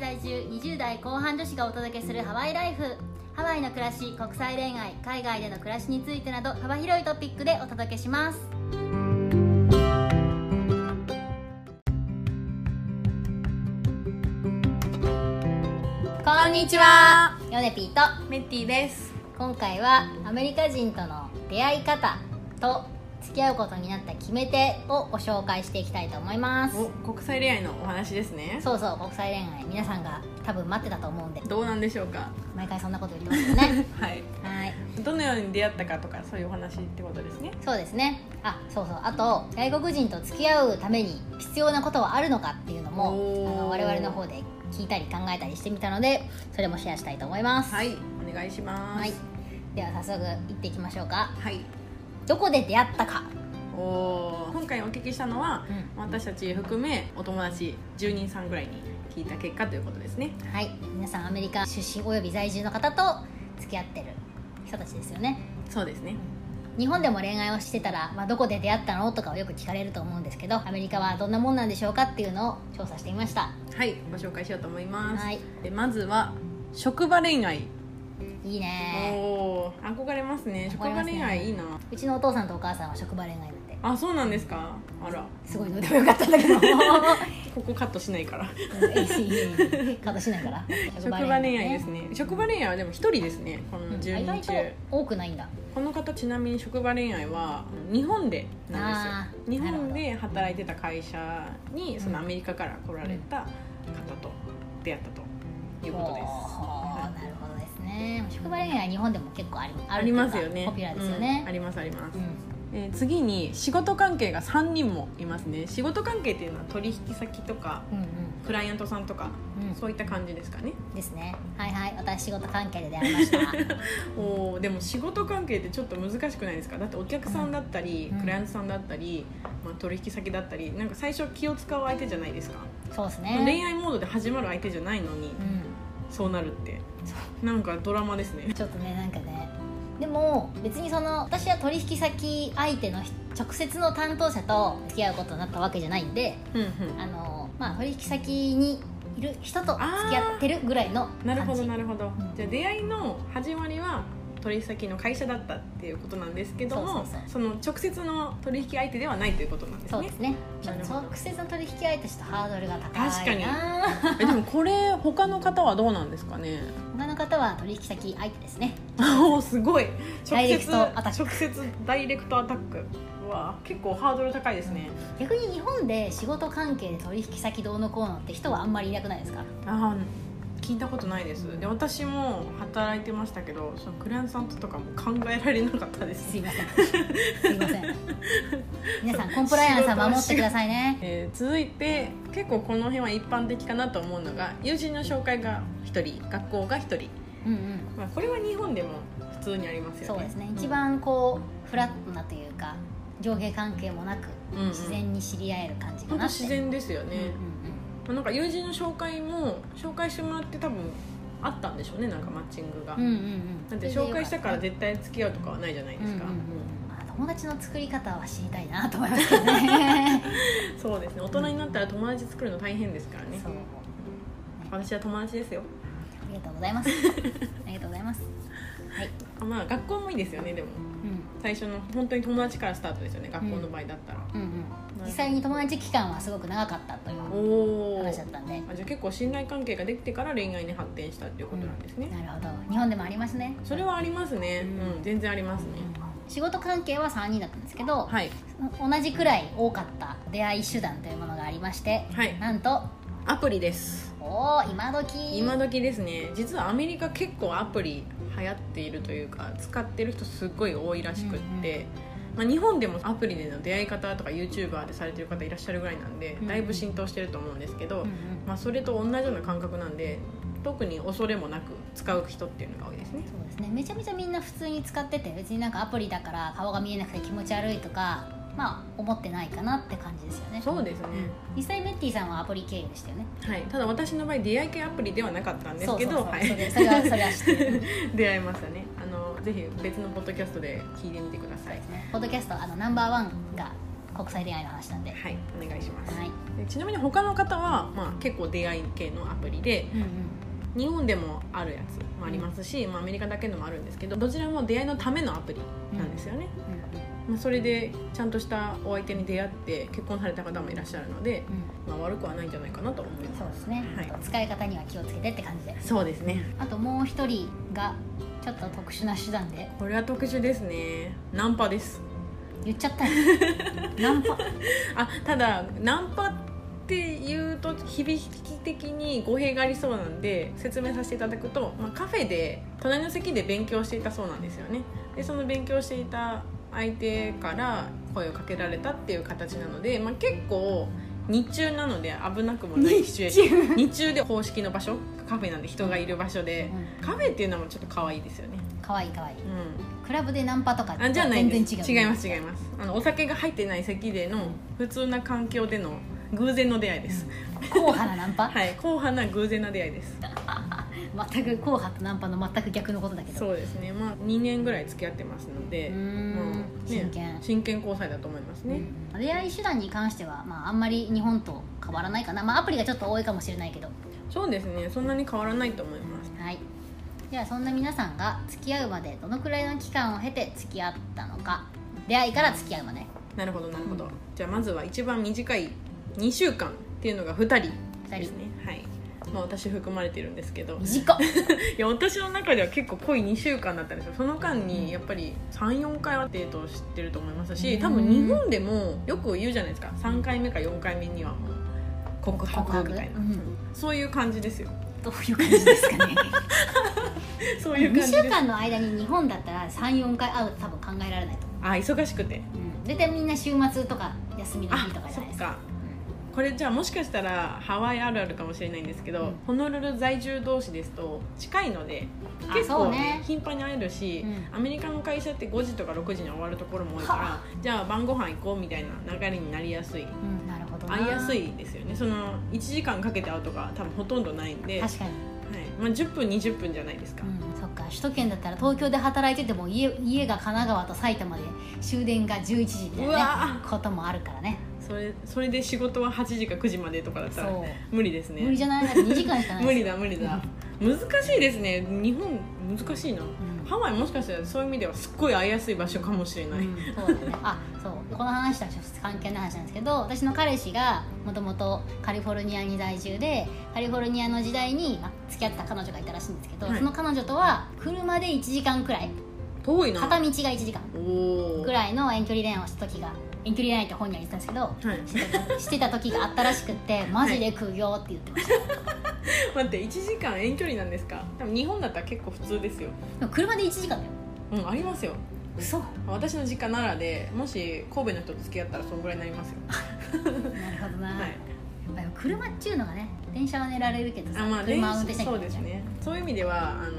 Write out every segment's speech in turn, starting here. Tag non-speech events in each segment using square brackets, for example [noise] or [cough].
20代後半女子がお届けするハワイライフハワイの暮らし国際恋愛海外での暮らしについてなど幅広いトピックでお届けしますこんにちはヨネピーとメッティです今回はアメリカ人との出会い方と付き合うことになった決め手をご紹介していきたいと思いますお国際恋愛のお話ですねそうそう国際恋愛皆さんが多分待ってたと思うんでどうなんでしょうか毎回そんなこと言ってますよね [laughs] はいはいどのように出会ったかとかそういうお話ってことですねそうですねあそうそうあと外国人と付き合うために必要なことはあるのかっていうのもおーあの我々の方で聞いたり考えたりしてみたのでそれもシェアしたいと思います、はいお願いしますはいでは早速行っていきましょうかはいどこで出会ったかおー今回お聞きしたのは、う私たち含めお友達10人さんぐらいに聞いた結果ということですねはい皆さんアメリカ出身および在住の方と付き合ってる人たちですよねそうですね日本でも恋愛をしてたら、まあ、どこで出会ったのとかをよく聞かれると思うんですけどアメリカはどんなもんなんでしょうかっていうのを調査してみましたはいご紹介しようと思います、はいでまずは職場恋愛いいねおー憧れますね職憧れま場すね恋愛いいなうちのお父さんとお母さんは職場恋愛なんてあそうなんですかあらすごいどうでもよかったん [laughs] だけどうんここカットしないからいいいいいいカットしないから職場恋愛ですね職場恋愛はでも一人ですねこうのん10意外人と中、多くないんだこの方ちなみに職場恋愛は日本でなんですよ日あー本で働いてた会社にそのうアんメリカから来られた方と出会ったということです、おはーなるほどですね職場恋愛は日本でも結構ありいああるっりていうかますよねポピュラーですようんあね、りますありますうん、えー次に仕事関係が3人もいますね仕事関係っていうのは取引先とかうんクライアントさんとかうんうんそういった感じですかねですねはいはい私仕事関係で出会いましたおーでも仕事関係ってちょっと難しくないですかだってお客さんだったり、うんクライアントさんだったり、まあ、取引先だったりなんか最初気を使う相手じゃないですか、そうです恋ね愛モードで始まる相手じゃないのに、うんそうなるってそなんかドラマですねちょっとねなんかねでも別にその私は取引先相手の人直接の担当者と付き合うことになったわけじゃないんでうんうんあのまあ取引先にいる人と付き合ってるぐらいの感 [laughs] じなるほどなるほど、うんじゃあ出会いの始まりは取引先の会社だったっていうことなんですけどもそうそうそうの直接の取引相手ではないということなんですそうねですねちょっなるとほど直接の取引相手とハードルが高いな確かにえでもこれ他の方はどうなんですかね他の方は取引先相手ですね [laughs] おーすごいダイレクトアタック直接ダイレクトアタックは結構ハードル高いですね、逆に日本で仕事関係で取引先どうのこうのって人はあんまりいなくないですかああ聞いたことないですで私も働いてましたけどそのクライアントさんととかも考えられなかったです [laughs] すいませんすいま [laughs] せん皆さんコンプライアンスは守ってくださいねえー続いて結構この辺は一般的かなと思うのが友人の紹介が1人学校が1人、うんうんまあ、これは日本でも普通にありますよねそうですね一番こうフラットなというか上下関係もなくうんうん自然に知り合える感じ本か当なって自然ですよね、うまあなんか友人の紹介も紹介してもらって多分あったんでしょうねなんかマッチングが、んうんうんうんうんだって紹介したから絶対付き合うとかはないじゃないですか、うんうんまあ友達の作り方は知りたいなと思いますけどね [laughs] そうですね大人になったら友達作るの大変ですからねそう私は友達ですよありがとうございますありがとうございますはい、あまあ学校もいいですよねでもう最初の本当に友達からスタートですよね学校の場合だったら、ん、うんうん実際に友達期間はすごく長かったというおお話だったんでじゃあ結構信頼関係ができてから恋愛に発展したっていうことなんですね、なるほど日本でもありますねそれはありますね、うんうん、全然ありますね、仕事関係は3人だったんですけど、はい同じくらい多かった出会い手段というものがありまして、はいなんとアプリですおお今時今時ですね実はアメリカ結構アプリ流行っているというか使ってる人すっごい多いらしくって、まあ、日本でもアプリでの出会い方とか YouTuber でされてる方いらっしゃるぐらいなんでうんだいぶ浸透してると思うんですけど、うんまあ、それと同じような感覚なんで特に恐れもなく使う人っていうのが多いですねそうですねめちゃめちゃみんな普通に使ってて別になんかアプリだから顔が見えなくて気持ち悪いとかまあ思ってないかなって感じですよねそうですね、実際メッティさんはアプリ経由でしたよねはい、ただ私の場合出会い系アプリではなかったんですけどそうそうそう、はそれい、それはそれは知ってる [laughs] 出会いましたねあのぜひ別のポッドキャストで聞いてみてください [laughs] ポッドキャストあのナンバーワンが国際恋愛の話なんでははいお願いしますい、でちなみに他の方は、まあ、結構出会い系のアプリでうんうん日本でもあるやつもありますし、まあ、アメリカだけのもあるんですけどどちらも出会いのためのアプリなんですよね、まあ、それでちゃんとしたお相手に出会って結婚された方もいらっしゃるので、まあ、悪くはないんじゃないかなと思いますそうですね、はい使い方には気をつけてって感じでそうですねあともう一人がちょっと特殊な手段でこれは特殊ですねナンパです言っちゃ [laughs] ったよナンパあただナンパって言うと響き的に語弊がありそうなんで説明させていただくと、まあ、カフェで隣の席で勉強していたそうなんですよねでその勉強していた相手から声をかけられたっていう形なので、まあ、結構日中なので危なくもないシチュエーション日中で公式の場所カフェなんで人がいる場所でカフェっていうのもちょっと可愛いですよね、かわいいかわいいうん、クラブでナンパとかあじゃない全で然す違う違います違いますあのお酒が入ってない席での普通な環境での偶然の出会いです、硬派なナンパ、はい硬派な偶然な出会いです全く硬派とナンパの全く逆のことだけどそうですねまあ2年ぐらい付き合ってますので、うーまんあね真剣、真剣交際だと思いますね、うん出会い手段に関しては、まあ、あんまり日本と変わらないかな、まあ、アプリがちょっと多いかもしれないけどそうですねそんなに変わらないと思いますはいではそんな皆さんが付き合うまでどのくらいの期間を経て付き合ったのか出会いから付き合うまでなるほどなるほど、じゃあまずは一番短い2週間っていうのが2人二です人ねはいまあ私含まれてるんですけど短っいや私の中では結構濃い2週間だったんですよその間にやっぱり34回はデートを知ってると思いますし多分日本でもよく言うじゃないですか3回目か4回目にはもう告白みたいな、告白うんそういう感じですよどういう感じで [laughs] すかねそういう2感じ週です間の間に日本だったら34回会うと多分考えられないと思あ忙しくてう、うん、大体みんな週末とか休みのあ日とかじゃそないでっすかかこれじゃあもしかしたらハワイあるあるかもしれないんですけど、うんホノルル在住同士ですと近いのであ結そ構うね、ね頻繁に会えるし、うアメリカの会社って5時とか6時に終わるところも多いはからじゃあ晩ご飯行こうみたいな流れになりやすいうん、なるほどな会いやすいですよねその1時間かけて会うとか多分ほとんどないんで、はい確かに、まあ、10分20分じゃないですか、うん、そっか首都圏だったら東京で働いてても家家が神奈川と埼玉で終電が11時みたいうな、ねわ、こともあるからねそれそれで仕事は8時か9時までとかだったそらう、無理ですね無理じゃないだって2時間しかない無理だ無理だ難しいですね日本難しいなうんハワイもしかしたらそういう意味ではすっごい会いやすい場所かもしれない、うんそうだねあそうこの話とは関係ない話なんですけど私の彼氏がもともとカリフォルニアに在住でカリフォルニアの時代に、まあ、付き合ってた彼女がいたらしいんですけど、はいその彼女とは車で1時間くらい遠いな片道が1時間おおぐらいの遠距離恋愛をした時が遠距離恋愛って本には言ってたんですけどはい、してた [laughs] 時があったらしくってマジで苦行って言ってました、待って1時間遠距離なんですか多分日本だったら結構普通ですよでも車で1時間だようんありますよ嘘私の実家奈良でもし神戸の人と付き合ったらそんぐらいになりますよなるほどな、はいやっぱり車っちゅうのがね電車は寝られるけどさあまあ車を運練転し習なそうできゃいけないすじゃんねそういう意味ではあの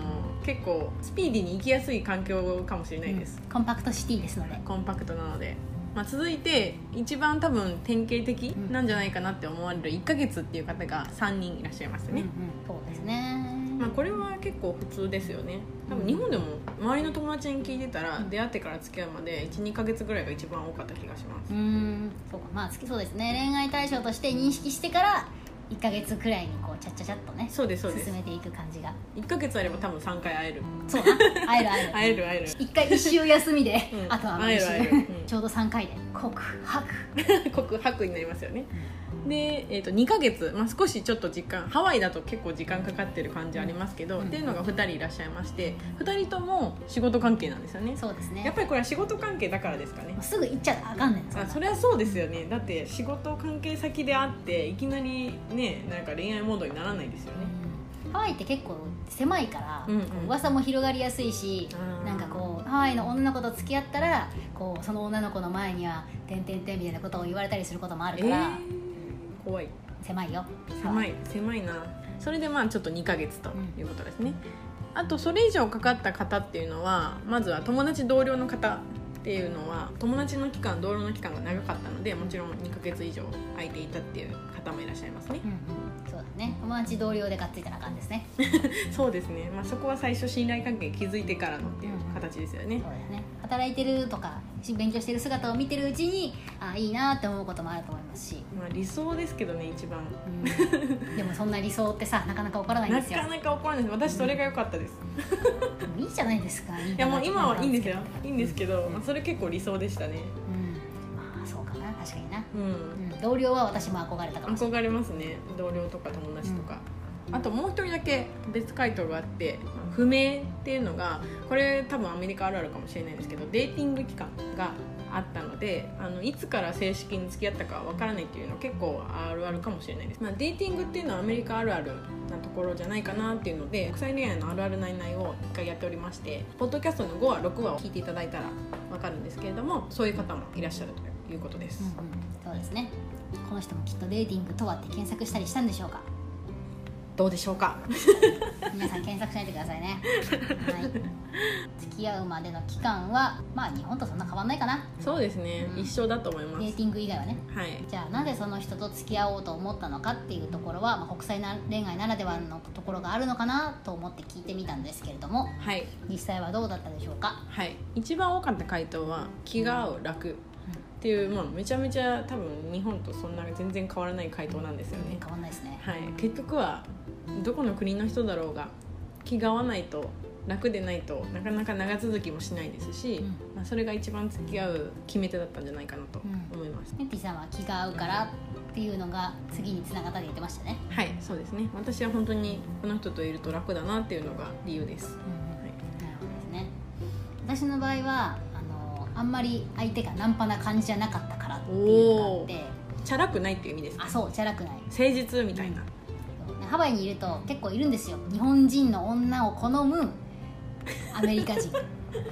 結構スピーディーに行きやすい環境かもしれないです、コンパクトシティですのでコンパクトなので、まあ、続いて一番多分典型的なんじゃないかなって思われる1ヶ月っていう方が3人いらっしゃいますね、そうですね、まあ、これは結構普通ですよね多分日本でも周りの友達に聞いてたら出会ってから付き合うまで12ヶ月ぐらいが一番多かった気がしますうーんそうかまあ好きそうですね恋愛対象として認識してから1か月くらいにこうちゃっちゃちゃっとねそうですそうで進すめていく感じが1ヶ月あれば多分3回会えるそうな会える会える会える会える一回一周休みで、うんあとは会える会える毎週うんちょうど3回で告白告白になりますよねで、えー、と2ヶ月、まあ、少しちょっと時間ハワイだと結構時間かかってる感じありますけど、うんっていうのが2人いらっしゃいまして2人とも仕事関係なんですよねそうですねやっぱりこれは仕事関係だからですかねもうすぐ行っちゃあかんねんあそれはそうですよねだって仕事関係先であっていきなりねなんか恋愛モードにならないですよねうんハワイって結構狭いから、うんうんこう噂も広がりやすいしあーなんかこうハワイの女の子と付き合ったらこうその女の子の前には「てんてんてん」みたいなことを言われたりすることもあえるから、ー、怖い狭いよ狭い狭いなそれでまあちょっと2ヶ月とうんいうことですね、あとそれ以上かかった方っていうのはまずは友達同僚の方っていうのは友達の期間同僚の期間が長かったのでもちろん2ヶ月以上空いていたっていう方もいらっしゃいますねう、んうんそうだね友達同僚でがっついたらあかんですねそうですね、まあ、そこは最初信頼関係築いてからのっていう形ですよそねう、だよね働いてるとか勉強してる姿を見てるうちにあいいなって思うこともあると思いますし、まあ、理想ですけどね一番うん、でもそんな理想ってさなかなか起こらないんなですよかなか怒らないです私それが良かったです、いいじゃないですかいいやもう今はいいんですよいいんですけど、うんまあ、それ結構理想でしたねうんまあそうかな確かにな、うんうん、同僚は私も憧れたかもしれない憧れますね同僚とか友達とか、あともう一人だけ別回答があって不明っていうのがこれ多分アメリカあるあるかもしれないんですけどデーティング期間があったのであのいつから正式に付き合ったかわからないっていうのは結構あるあるかもしれないです、まあ、デーティングっていうのはアメリカあるあるなところじゃないかなっていうので国際恋愛のあるあるないないを一回やっておりましてポッドキャストの5話6話を聞いていただいたらわかるんですけれどもそういう方もいらっしゃるということです、うんうん、そうですねこの人もきっとデーティングとはって検索したりしたんでしょうかどうでしょうか皆さん検索しないでくださいね、はい、付き合うまでの期間はまあ日本とそんな変わんないかなそうですね、うん一緒だと思いまデすーティング以外はねはいじゃあなぜその人と付き合おうと思ったのかっていうところは、まあ、国際な恋愛ならではのところがあるのかなと思って聞いてみたんですけれどもはい実際はどうだったでしょうかはい一番多かった回答は「気が合う楽」っていう、まあ、めちゃめちゃ多分日本とそんな全然変わらない回答なんですよね変わんないですねはい結局はどこの国の人だろうが気が合わないと楽でないとなかなか長続きもしないですし、うまあ、それが一番付き合う決め手だったんじゃないかなと思います、メッティさんは気が合うからっていうのが次につながったって言ってましたね、はいそうですね私は本当にこの人といると楽だなっていうのが理由です、うんはい、なるほどですね私の場合はあのあんまり相手がナンパな感じじゃなかったからっていうのがあってチャラくないっていう意味ですかあそうチャラくない誠実みたいな、ハワイにいると結構いるんですよ日本人の女を好むアメリカ人います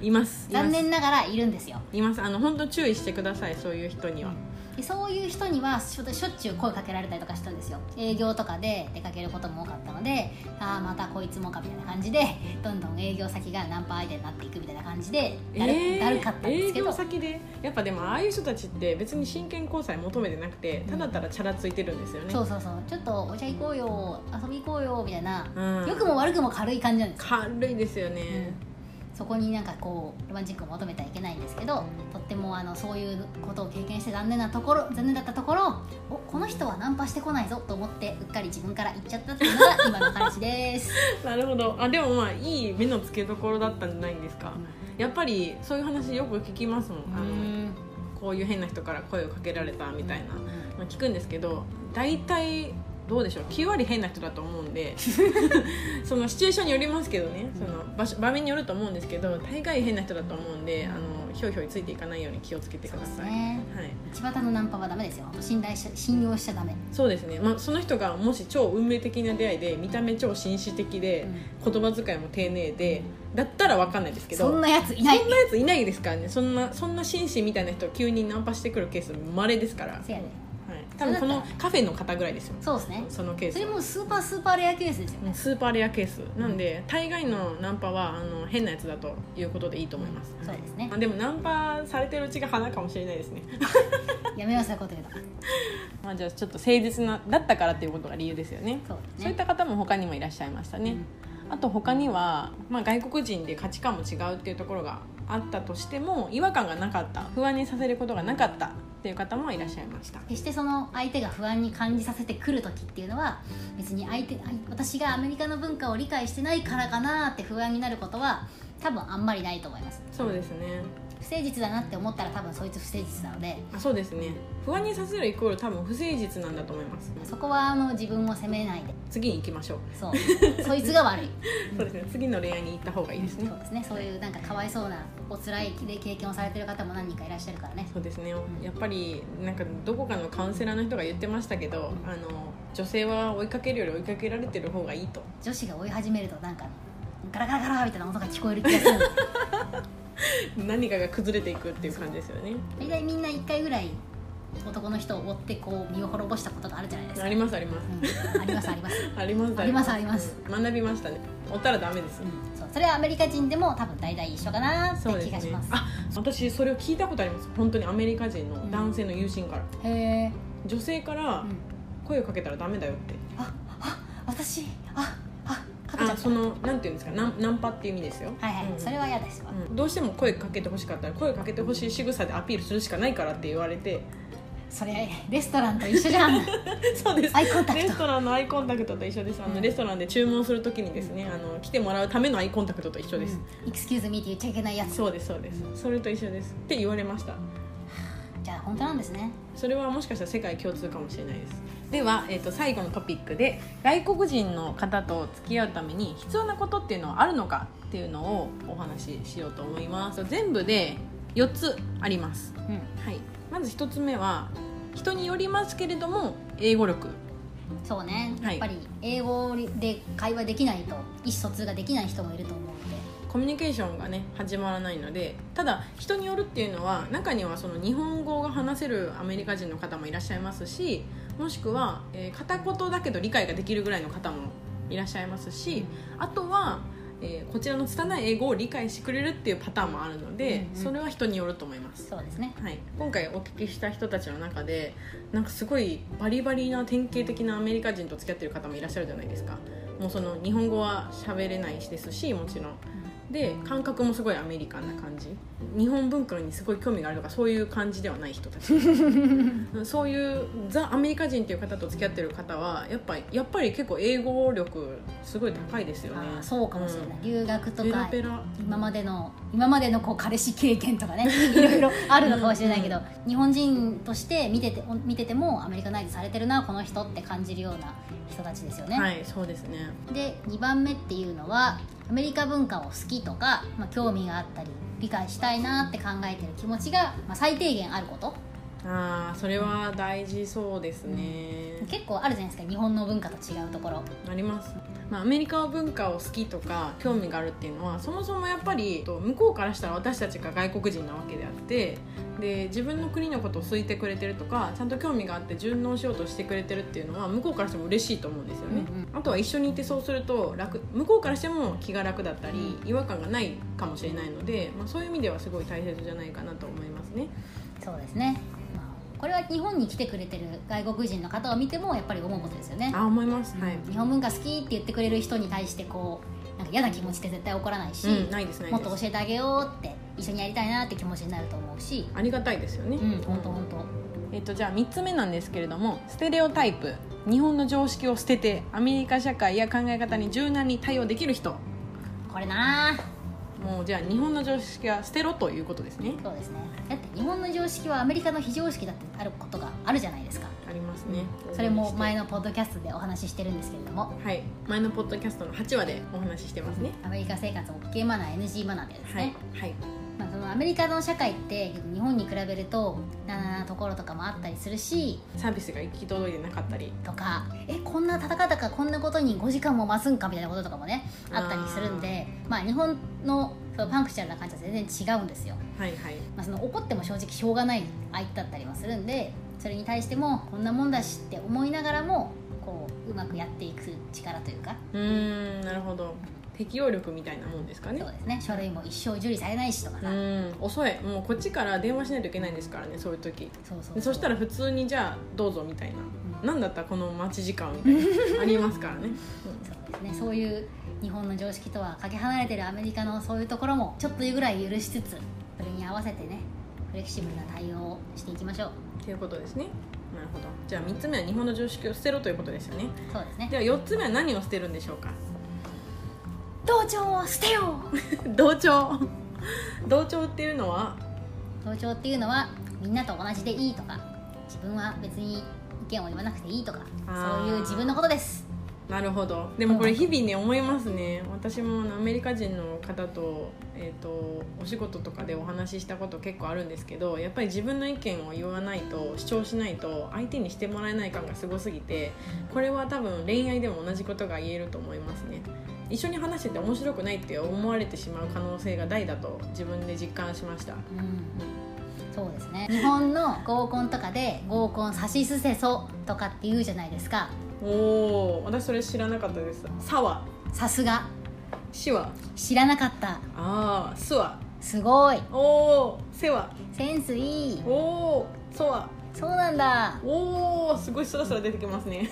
います残念ながらいるんですよいますあの本当注意してくださいそういう人には、でそういう人にはしょしょっちゅう声かけられたりとかしたんですよ営業とかで出かけることも多かったのでああまたこいつもかみたいな感じで [laughs] どんどん営業先がナンパ相手になっていくみたいな感じでだる,、えーだるかったんですけ営ど業先でやっぱでもああいう人たちって別に真剣交際求めてなくてただただチャラついてるんですよね、そうそうそうちょっとお茶行こうよ遊び行こうよみたいなうん良くも悪くも軽い感じなんですよ軽いですよね、そこになんかこうロマンチックを求めてはいけないんですけどとってもあのそういうことを経験して残念なところ残念だったところおこの人はナンパしてこないぞと思ってうっかり自分から言っちゃったっていうのが今の彼氏です、 [laughs] なるほどあでもまあいい目の付けどころだったんじゃないんですか、やっぱりそういう話よく聞きますもん、うあのんこういう変な人から声をかけられたみたいな、まあ、聞くんですけど大体どうでしょう9割変な人だと思うん [laughs] でそのシチュエーションによりますけどねその場所場面によると思うんですけど大概変な人だと思うんであのひょいひょいついていかないように気をつけてくそうだですさい。ねはい、道端のナンパはダメですよ信頼し信用しちゃダメ、そうですね、まあ、その人がもし超運命的な出会いで見た目超紳士的で言葉遣いも丁寧でだったら分かんないですけどそんなやついないそんなやついないですからねそんなそんな紳士みたいな人を急にナンパしてくるケース稀ですから、はい、せやで多分このカフェの方ぐらいですよそうですねそのケースそれもスーパースーパーレアケースですよねスーパーレアケースなんで大概のナンパはあの変なやつだということでいいと思います、そうですねまあでもナンパされてるうちが花かもしれないですねやめようそういうこと言うの [laughs] まあじゃあちょっと誠実なだったからっていうことが理由ですよねそうですねそういった方も他にもいらっしゃいましたね、あと他には、まあ、外国人で価値観も違うっていうところがあったとしても違和感がなかった不安にさせることがなかったっていう方もいらっしゃいました決してその相手が不安に感じさせてくる時っていうのは別に相手あ私がアメリカの文化を理解してないからかなって不安になることは多分あんまりないと思いますそうですね不誠実だなって思ったら多分そいつ不誠実なのであそうですね不安にさせるイコール多分不誠実なんだと思いますそこはあの自分を責めないで次に行きましょうそうそいつが悪いそうですね次の恋愛に行った方がいいですねそうですねそういうなんかかわいそうなお辛い経験をされてる方も何人かいらっしゃるからねそうですねやっぱりなんかどこかのカウンセラーの人が言ってましたけどあの女性は追いかけるより追いかけられてる方がいいと [laughs] 女子が追い始めるとなんかガラガラガラみたいな音が聞こえる気がする何かが崩れていくっていう感じですよね大体みんな1回ぐらい男の人を追ってこう身を滅ぼしたことがあるじゃないですあか、りますありますうん、ありますありますありますありますあります学びましたね追ったらダメですうんそうそれはアメリカ人でも多分大体一緒かなって気がしますあ私それを聞いたことあります本当にアメリカ人の男性の友人から、へえ、女性からうん、声をかけたらダメだよって、ああ私ああかけちゃあったそのなんていうんですかナンナンパっていう意味ですよはいはい、うんそれは嫌ですわ、うんどうしても声かけてほしかったら声かけてほしい仕草でアピールするしかないからって言われてそれレストランと一緒じゃん [laughs] そうですアイコンタクレトストランのアイコンタクトと一緒ですあうのんレストランで注文するときにですねあの来てもらうためのアイコンタクトと一緒です、エクスキューズミーって言っちゃいけないやつそうですそうですそれと一緒ですって言われましたじゃあ本当なんですねそれはもしかしたら世界共通かもしれないですでは、えー、と最後のトピックで外国人の方と付き合うために必要なことっていうのはあるのかっていうのをお話ししようと思います全部で4つあります、うんはい、まず1つ目は人によりますけれども英語力そうねはやいっぱり英語で会話できないと意思疎通ができない人もいると思うのでコミュニケーションがね始まらないのでただ人によるっていうのは中にはその日本語が話せるアメリカ人の方もいらっしゃいますしもしくは、えー片言だけど理解ができるぐらいの方もいらっしゃいますしあとは、えーこちらの拙い英語を理解してくれるっていうパターンもあるので、うんうんそれは人によると思います。そうですねはい、今回お聞きした人たちの中でなんかすごいバリバリな典型的なアメリカ人と付き合ってる方もいらっしゃるじゃないですかもうその日本語は喋れないしですしもちろんで感覚もすごいアメリカンな感じ日本文化にすごい興味があるとかそういう感じではない人たち [laughs] うんそういうザ・アメリカ人っていう方と付き合ってる方はやっぱやっぱり結構英語力すごい高いですよねあーそうかもしれない、留学とペラかペラ今までの今までのこう彼氏経験とかねい [laughs] ろいろあるのかもしれないけど、日本人として見てて見ててもアメリカナイズされてるなこの人って感じるような人たちですよね、はいそうですねで2番目っていうのはアメリカ文化を好きとか、まあ、興味があったり理解したいなって考えてる気持ちが、まあ、最低限あることああそれは大事そうですね、結構あるじゃないですか日本の文化と違うところあります、まあ、アメリカ文化を好きとか興味があるっていうのはそもそもやっぱりと向こうからしたら私たちが外国人なわけであってで自分の国のことを好いてくれてるとかちゃんと興味があって順応しようとしてくれてるっていうのは向こうからしても嬉しいと思うんですよね、うんあとは一緒にいてそうすると楽向こうからしても気が楽だったり違和感がないかもしれないので、まあ、そういう意味ではすごい大切じゃないかなと思いますねそうですね、まあ、これは日本に来てくれてる外国人の方を見てもやっぱり思うことですよねあ思いますはい、日本文化好きって言ってくれる人に対してこうなんか嫌な気持ちって絶対起こらないし、うん、ないですないもっでとす教えてあげようって一緒にやりたいなって気持ちになると思うしありがたいですよね、うん本当本当えっと、じゃあ3つ目なんですけれどもステレオタイプ日本の常識を捨ててアメリカ社会や考え方に柔軟に対応できる人これなあもうじゃあ日本の常識は捨てろということですねそうですねだって日本の常識はアメリカの非常識だってあることがあるじゃないですかありますねそれも前ののポッドキャストでお話ししてるんですけれどもはい前のポッドキャストの8話でお話ししてますねアメリカ生活 OK マナー NG マナーってやつですはね、いはいまあ、そのアメリカの社会って日本に比べるとなあところとかもあったりするしサービスが行き届いてなかったりとかえこんな戦いだからこんなことに5時間も待つんかみたいなこととかもねあったりするんでまあ日本のそのパンクチャルな感じは全然違うんですよ、はいはいまあ、その怒っても正直しょうがない相手だったりもするんでそれに対してもこんなもんだしって思いながらもこううまくやっていく力というか、うーんなるほど適応力みたいなもんですかねそうですね書類も一生受理されないしとかうさ、ん遅いもうこっちから電話しないといけないんですからねそういう時そうそうでそしたらら普通にじゃあどうぞみたいななんだったらこの待ち時間みたい [laughs] なありますからねそうですねそういう日本の常識とはかけ離れてるアメリカのそういうところもちょっとぐらい許しつつそれに合わせてねフレキシブルな対応をしていきましょうっていうことですねなるほどじゃあ3つ目は日本の常識を捨てろということですよねそうですでねは4つ目は何を捨てるんでしょう [laughs] か同調を捨てよう同調同調っていうのは同調っていうのはみんなと同じでいいとか自分は別に意見を言わなくていいとかあーそういう自分のことですなるほどでもこれ日々ね思いますね私もアメリカ人の方と,、えー、とお仕事とかでお話ししたこと結構あるんですけどやっぱり自分の意見を言わないと主張しないと相手にしてもらえない感がすごすぎてこれは多分恋愛でも同じことが言えると思いますね一緒に話してて面白くないって思われてしまう可能性が大だと自分で実感しましたうん、そうですね日本の合コンとかで合コンさしすせそとかって言うじゃないですかおお私それ知らなかったです「さ」はさすが「し」は知らなかった「ああ」「す」はすごい「おお」「せ」はセンスいい「おお」「そ」はそうなんだ「おお」すごいそろそろ出てきますね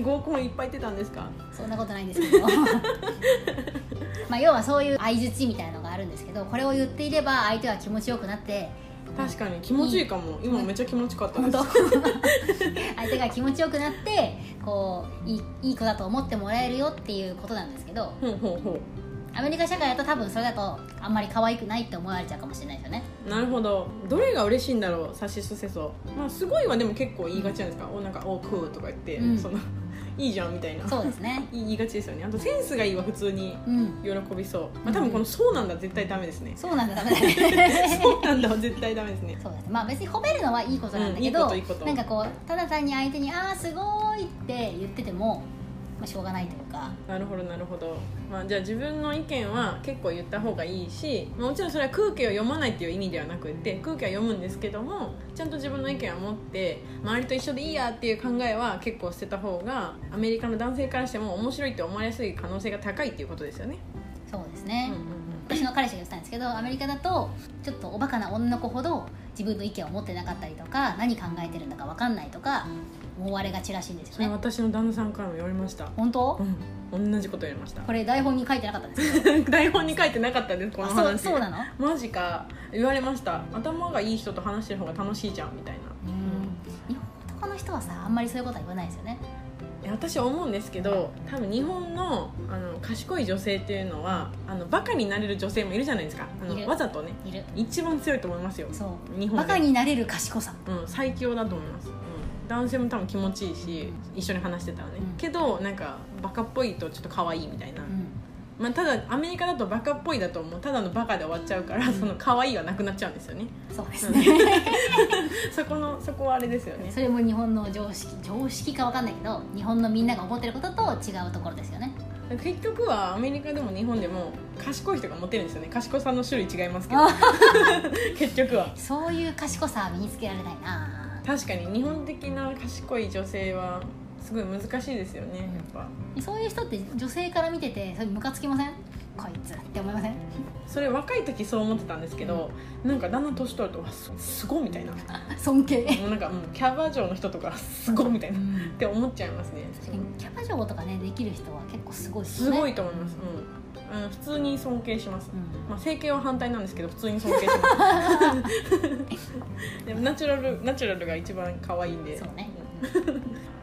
合コンいっぱい出たんですかそんなことないんですけど [laughs] まあ要はそういう相づちみたいなのがあるんですけどこれを言っていれば相手は気持ちよくなって確かに気持ちいいかも今めっちゃ気持ちよかったで本す当 [laughs] 相手が気持ちよくなってこういいいい子だと思ってもらえるよっていうことなんですけど [laughs] ほうほうほアメリカ社会だと多分それだとあんまり可愛くないって思われちゃうかもしれないですよねうなるほどどれが嬉しいんだろうさしすせそまあすごいはでも結構言いがちなんですかおなんか「おくう」とか言って、うんその [laughs] いいじゃんみたいなそうです [laughs] ね言いがちですよねあとセンスがいいは普通にうん喜びそう、まあ、多分この「そうなんだ」絶対ダメ [laughs] ですねそうなんだダメだね [laughs] そうなんだは絶対ダメですねそうですねまあ別に褒めるのはいいことなんだけうど、んいいこといいことなんかこうただ単に相手に「ああすごい」って言ってても、まあ、しょうがないというかなるほどなるほど、まあ、じゃあ自分の意見は結構言った方がいいし、まあもちろんそれは空気を読まないっていう意味ではなくって空気は読むんですけどもちゃんと自分の意見を持って周りと一緒でいいやっていう考えは結構捨てた方がアメリカの男性からしても面白いって思われやすい可能性が高いっていうことですよね、そうですうねん、うん私の彼氏が言ってたんですけどアメリカだとちょっとおバカな女の子ほど自分の意見を持ってなかったりとか何考えてるんだか分かんないとか思われがちらしいんですそれよね私の旦那さんからも言われました、本当うん、同じこと言われましたこれ台本に書いてなかったんですけど [laughs] 台本に書いてなかったんですこのあ話そうそうなのマジか言われました頭がいい人と話してる方が楽しいじゃんみたいなうん日本男の人はさあんまりそういうことは言わないですよねいや私は思うんですけど多分日本のあの賢い女性っていうのはあのバカになれる女性もいるじゃないですかあいのるわざとねいる一番強いと思いますよそ日う本バでカになれる賢さうん、最強だと思います、うん、男性も多分気持ちいいし一緒に話してたらね、うんけどなんかバカっぽいとちょっと可愛いみたいな、うんまあ、ただアメリカだとバカっぽいだともうただのバカで終わっちゃうから、うんその可愛いはなくなっちゃうんですよね [laughs] そうですねそこのそこはあれですよねそれも日本の常識常識か分かんないけど日本のみんなが思ってることと違うところですよね結局はアメリカでも日本でも賢い人がモテるんですよね賢さの種類違いますけど [laughs] 結局はそういう賢さは身につけられないな確かに日本的な賢い女性はすごい難しいですよねやっぱそういう人って女性から見ててそれムカつきませんこいつって思いませんそれ若い時そう思ってたんですけど、なんかだんだん年取るとわすすごいみたいなも尊敬うなんかもうキャバ嬢の人とかすごいみたいなっうんて思っちゃいますねキャバ嬢とかねできる人は結構すごいですすよねごいと思います、うんうん、普通に尊敬しますう、んまあ、整形は反対なんですけど普通に尊敬します [laughs] でもナチュラルナチュラルが一番可愛いんでそうね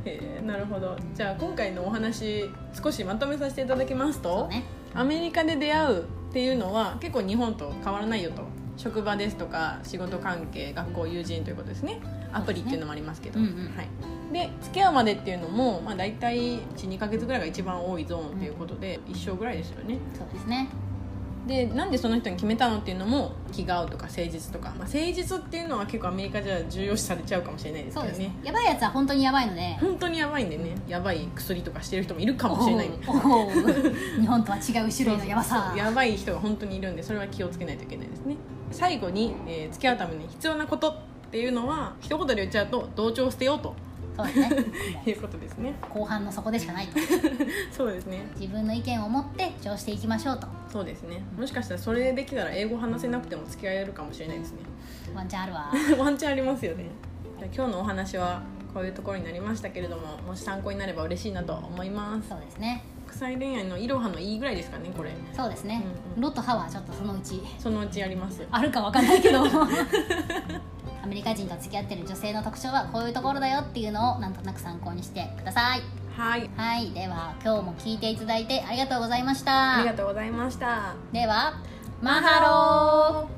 へえなるほどじゃあ今回のお話少しまとめさせていただきますそと、うねアメリカで出会うっていうのは結構日本と変わらないよと職場ですとか仕事関係学校友人ということですねアプリっていうのもありますけどうんうんはい、で付き合うまでっていうのも、まあ、大体12か月ぐらいが一番多いゾーンっていうことで、一生ぐらいですよねそうですねでなんでその人に決めたのっていうのも気が合うとか誠実とか、まあ、誠実っていうのは結構アメリカじゃ重要視されちゃうかもしれないですそけうどですねねやばいやつは本当にやばいので本当にやばいんでねやばい薬とかしてる人もいるかもしれないおうおう [laughs] 日本とは違う種類のやばそうさそうやばい人が本当にいるんでそれは気をつけないといけないですね最後に、えー付き合うために必要なことっていうのは一言で言っちゃうと同調を捨てようとそうですねいうことですね後半のそこでしかないとそうですね自分の意見を持って主張していきましょうとそうですねもしかしたらそれできたら英語話せなくても付き合えるかもしれないですねワンチャンあるわ [laughs] ワンチャンありますよねじゃあ今日のお話はこういうところになりましたけれどももし参考になれば嬉しいなと思いますそうですね国際恋愛のイロハのいいぐらいですかねこれそうですね、うんうんロとハはちょっとそのうちそのうちやりますあるかわかんないけ [laughs] どアメリカ人と付き合ってる女性の特徴はこういうところだよっていうのをなんとなく参考にしてくださいはいはいでは今日も聞いていただいてありがとうございましありがたとうございましたではマハロー